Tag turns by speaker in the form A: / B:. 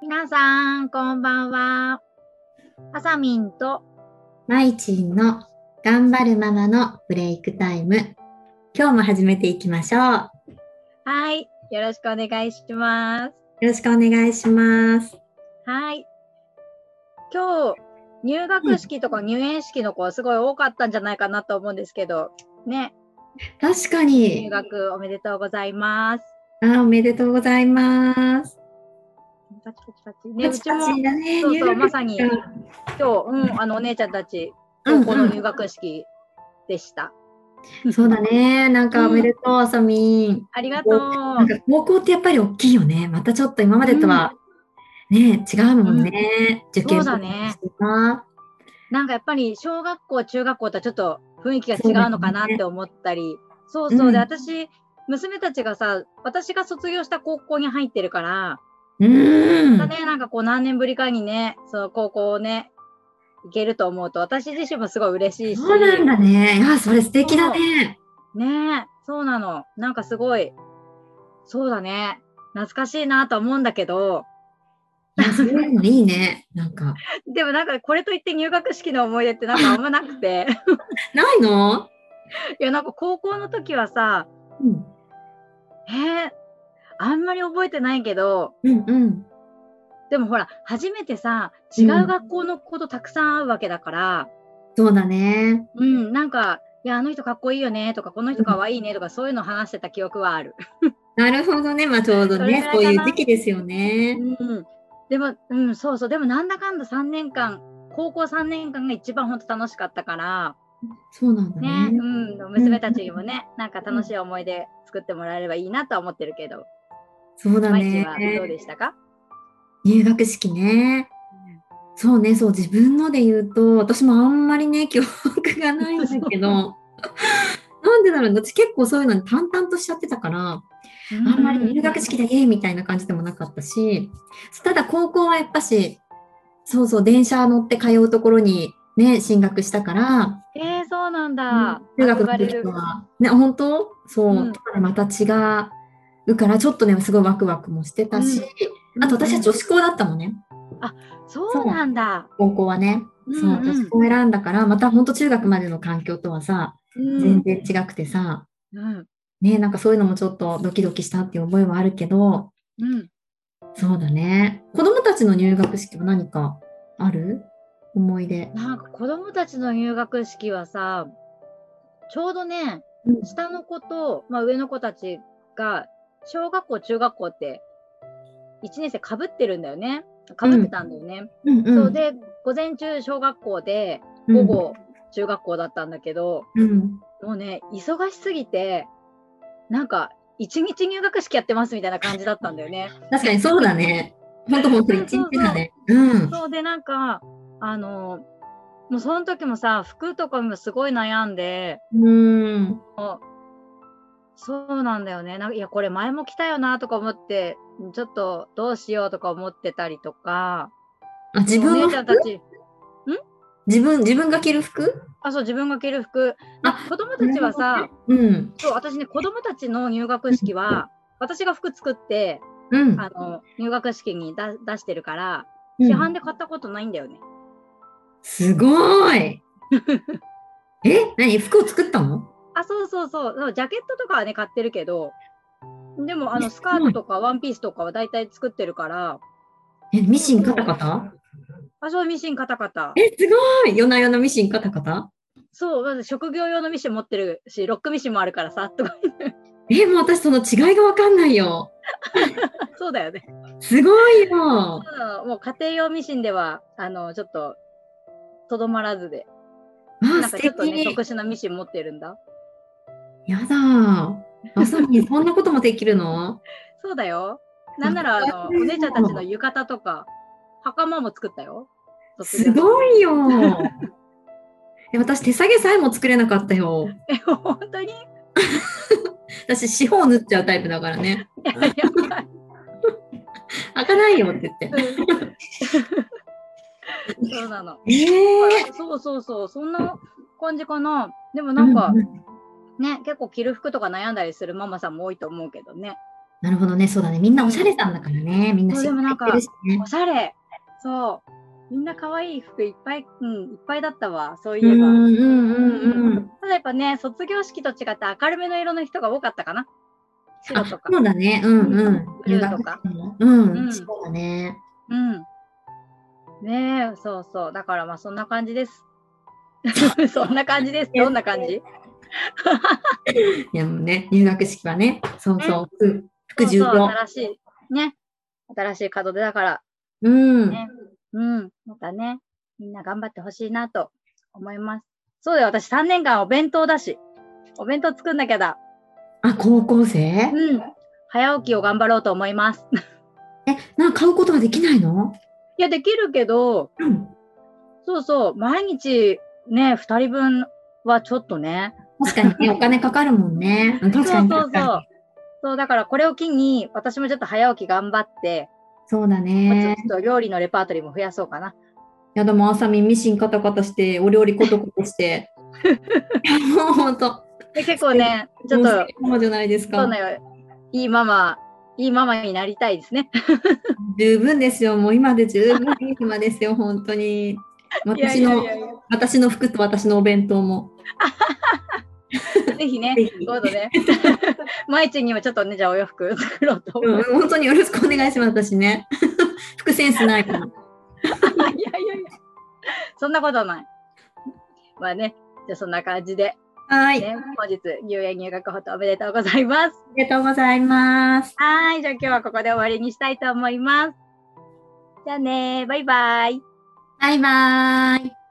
A: 皆さん、こんばんは。あさみんと、
B: まいちんの頑張るママのブレイクタイム。今日も始めていきましょう。よ
A: はい、よろしくお願いします。
B: ろしくお願いします。
A: はい。今日、入学式とか入園式の子、すごい多かったんじゃないかなと思うんですけど、ね、
B: 確か
A: 入
B: に。
A: 学おめでとうございます。
B: あ、おめでとうございます。
A: パチパチパチ。ね、うちも、
B: パチパチだね
A: そう
B: 入
A: そう、
B: 学
A: まさに、
B: 式
A: 今
B: か
A: 日、うん、あの、お姉ちゃんたち、
B: うんう
A: 高
B: ん
A: 校の入学式でした。
B: そうだね。なんかおめでとう、あさみん。
A: ありがとう。
B: なんか高校ってやっぱり大きいよね。またちょっと今までとは、ね、違うもんね。受験
A: そうだね
B: とか
A: なんかやっぱり小学校、中学校とはちょっと雰囲気が違うのかなって思ったり、そう,、そう
B: うん
A: で、私、娘たちがさ、私が卒業した高校に入ってるから、
B: うーん。
A: またね、なんかこう何年ぶりかにね、その高校をね、行けると思うと、私自身もすごい嬉しいし、
B: そうなんだね。いや、それ素敵だね。
A: ねえそうなの。なんかすごい、そうだね、懐かしいなとは思うんだけど、
B: いや、そういうのいいね。なんか。
A: でもなんかこれといって入学式の思い出ってなんかあんまなくて、
B: ないの、
A: いやなんか高校の時はさ、
B: うん、
A: えー、あんまり覚えてないけど、
B: うんうん。
A: でもほら、初めてさ、違
B: う
A: うん学校の子とたくさん会うわけだから、
B: そうだね。
A: うん、なんか、いや、あの人かっこいいよねとか、この人かわいいねとか、そういうのを話してた記憶はある。
B: なるほどね。まあちょうど
A: それぐら、
B: ね
A: い
B: そ
A: か
B: う
A: な
B: いう時期ですよね。
A: うん。でも、うん、そうそう。でも、なんだかんだ3年間、高校3年間が一番本当楽しかったから、
B: そうなんだ
A: ね、
B: ね。
A: うん、娘たちにもね、なんか楽しい思い出作ってもらえればいいなとは思ってるけど、
B: そうだ
A: 毎日はどう
B: ね。
A: でしたか、
B: 入学式ね。そうね、そう、自分ので言うと、私もあんまりね、 記憶がないんだけど、なんでだろう、私結構そういうのに淡々としちゃってたから、
A: う
B: あんまり入学式だけみたいな感じでもなかったし、ただ高校はやっぱし、そうそう、電車乗って通うところにね、進学したから、
A: えー、そうなんだ。
B: 中学の
A: 憧れ
B: 時
A: る
B: とは、ね、本当そう、
A: うん
B: だからまた違うから、ちょっとね、すごいワクワクもしてたし、あと私は女子校だったのね、
A: そうなんだ。
B: 高校はね。そう、
A: うんうん
B: 女子校を選んだから、また本当中学までの環境とはさ、
A: うん
B: 全然違くてさ、
A: うん
B: ね、なんかそういうのもちょっとドキドキしたっていう覚えはあるけど、
A: うん
B: そうだね。子供たちの入学式は何かある思い出。
A: なんか子供たちの入学式はさ、ちょうどね、
B: うん
A: 下の子と、まあ、上の子たちが、小学校、中学校って、1年生かぶってるんだよね。かぶってたんだよね。
B: うん
A: そうで、午前中、小学校で、
B: うん
A: 午後、中学校だったんだけど、
B: うん、
A: もうね、忙しすぎて、なんか、一日入学式やってますみたいな感じだったんだよね。
B: 確かにそうだね。本当本当一日だね。うん。
A: そうでなんかあのもうその時もさ服とかもすごい悩んで
B: うん。
A: そうなんだよねなんかいやこれ前も来たよなとか思ってちょっとどうしようとか思ってたりとか
B: あ、自分
A: お
B: の
A: 姉ちゃんた
B: 服
A: ち
B: 自分、自分が着る服
A: あそう自分が着る服
B: あ
A: 子供たちはさ、
B: うん。
A: そう私ね子供たちの入学式は私が服作って
B: うん。
A: あの入学式にだ出してるから
B: うん
A: 市販で買ったことないんだよね。
B: すごー い。え何服を作ったの
A: あ、そうそうそう。そうジャケットとかはね、買ってるけど、でも、あの、スカートとかワンピースとかは大体作ってるから、
B: え、ミシンカタカタ
A: あ、そう、ミシンカタカタ。
B: え、すごい夜な夜なミシンカタカタ
A: そう、まず職業用のミシン持ってるし、ロックミシンもあるからさ、とか。
B: え、もう私その違いがわかんないよ。
A: そうだよね。
B: すごいよ。
A: そうなのもう家庭用ミシンでは、あの、ちょっと、とどまらずで、
B: あ、
A: なん
B: 素
A: かちょっとね、
B: 敵
A: 特。殊なミシン持ってるんだ。
B: やだー。まさにそんなこともできるの
A: そうだよ。なんなら、あの、お姉ちゃんたちの浴衣とか、袴も作ったよ。卒
B: す
A: 業
B: ごいよ。え私手下げさえも作れなかったよ。
A: え、 本当に
B: 私四方縫っちゃうタイプだからね。
A: いや、やばい。
B: 開かないよって言って。
A: そうなの。
B: ええ
A: そうそうそう、そんな感じかな。でもなんか
B: うう
A: ね、結構着る服とか悩んだりするママさんも多いと思うけどね。
B: なるほどね、そうだね。みんなおしゃれさんだからね。みんな知って
A: そうでもなんか
B: るしね
A: お。しゃれ。そう。みんな可愛い服いっぱい、うん、いっぱいだったわ。そういえ
B: う
A: ば。
B: んうんうんうん。
A: ただやっぱね、卒業式と違って明るめの色の人が多かったかな。白
B: あ、
A: と
B: そ
A: か。
B: うだね。うんう
A: うん
B: ん。
A: ブル
B: 入
A: ー
B: 学
A: とか
B: 式もう
A: うん
B: ん、そうだね。
A: うん。ねえ、そうそう。だからまあそんな感じです。 そんな感じです。どんな感じ
B: いやもうね、入学式はね、そうそう、服服重
A: そうそう
B: 要。
A: 新しい。ね。新しい門出だから。
B: うん。
A: ねうん。またね、みんな頑張ってほしいなと思います。そうだよ、私3年間お弁当だし。お弁当作んなきゃだ。
B: あ、高校生
A: うん。早起きを頑張ろうと思います。
B: え、なんか買うことはできないの
A: いや、できるけど、
B: うん。
A: そうそう、毎日ね、2人分はちょっとね。
B: 確か にね、お金かかるもんね。うん
A: そう
B: 確
A: そ
B: か
A: う
B: に。
A: そう
B: 確。かに
A: そう、だからこれを機に、私もちょっと早起き頑張って、
B: そうだね。
A: ちょっと料理のレパートリーも増やそうかな。
B: いやでもあさみミシンカタカタしてお料理コトコトして いやもうほんと
A: で結構ね、ちょっ
B: もう
A: と、
B: そうじゃないです
A: そう
B: か
A: なよ、いいママ、いいママになりたいですね。
B: 十分ですよもう今で十分いい暇ですよ本当に私の
A: いやいやいやい
B: 私の服と私のお弁当も
A: やぜひね、
B: ぜひ
A: そうだね。 まいちんにもちょっとね、じゃあお洋服作ろうと思
B: う
A: う。
B: ん本当によろしくお願いします私ね 服センスないから
A: いやいやいや、そんなことない。まあね、じゃあそんな感じで、
B: はい、
A: ね、本日、入園入学ほとおめでとうございます。
B: ありがとうございます
A: はい、じゃあ今日はここで終わりにしたいと思います。じゃあねバイバイ。
B: バイバーイ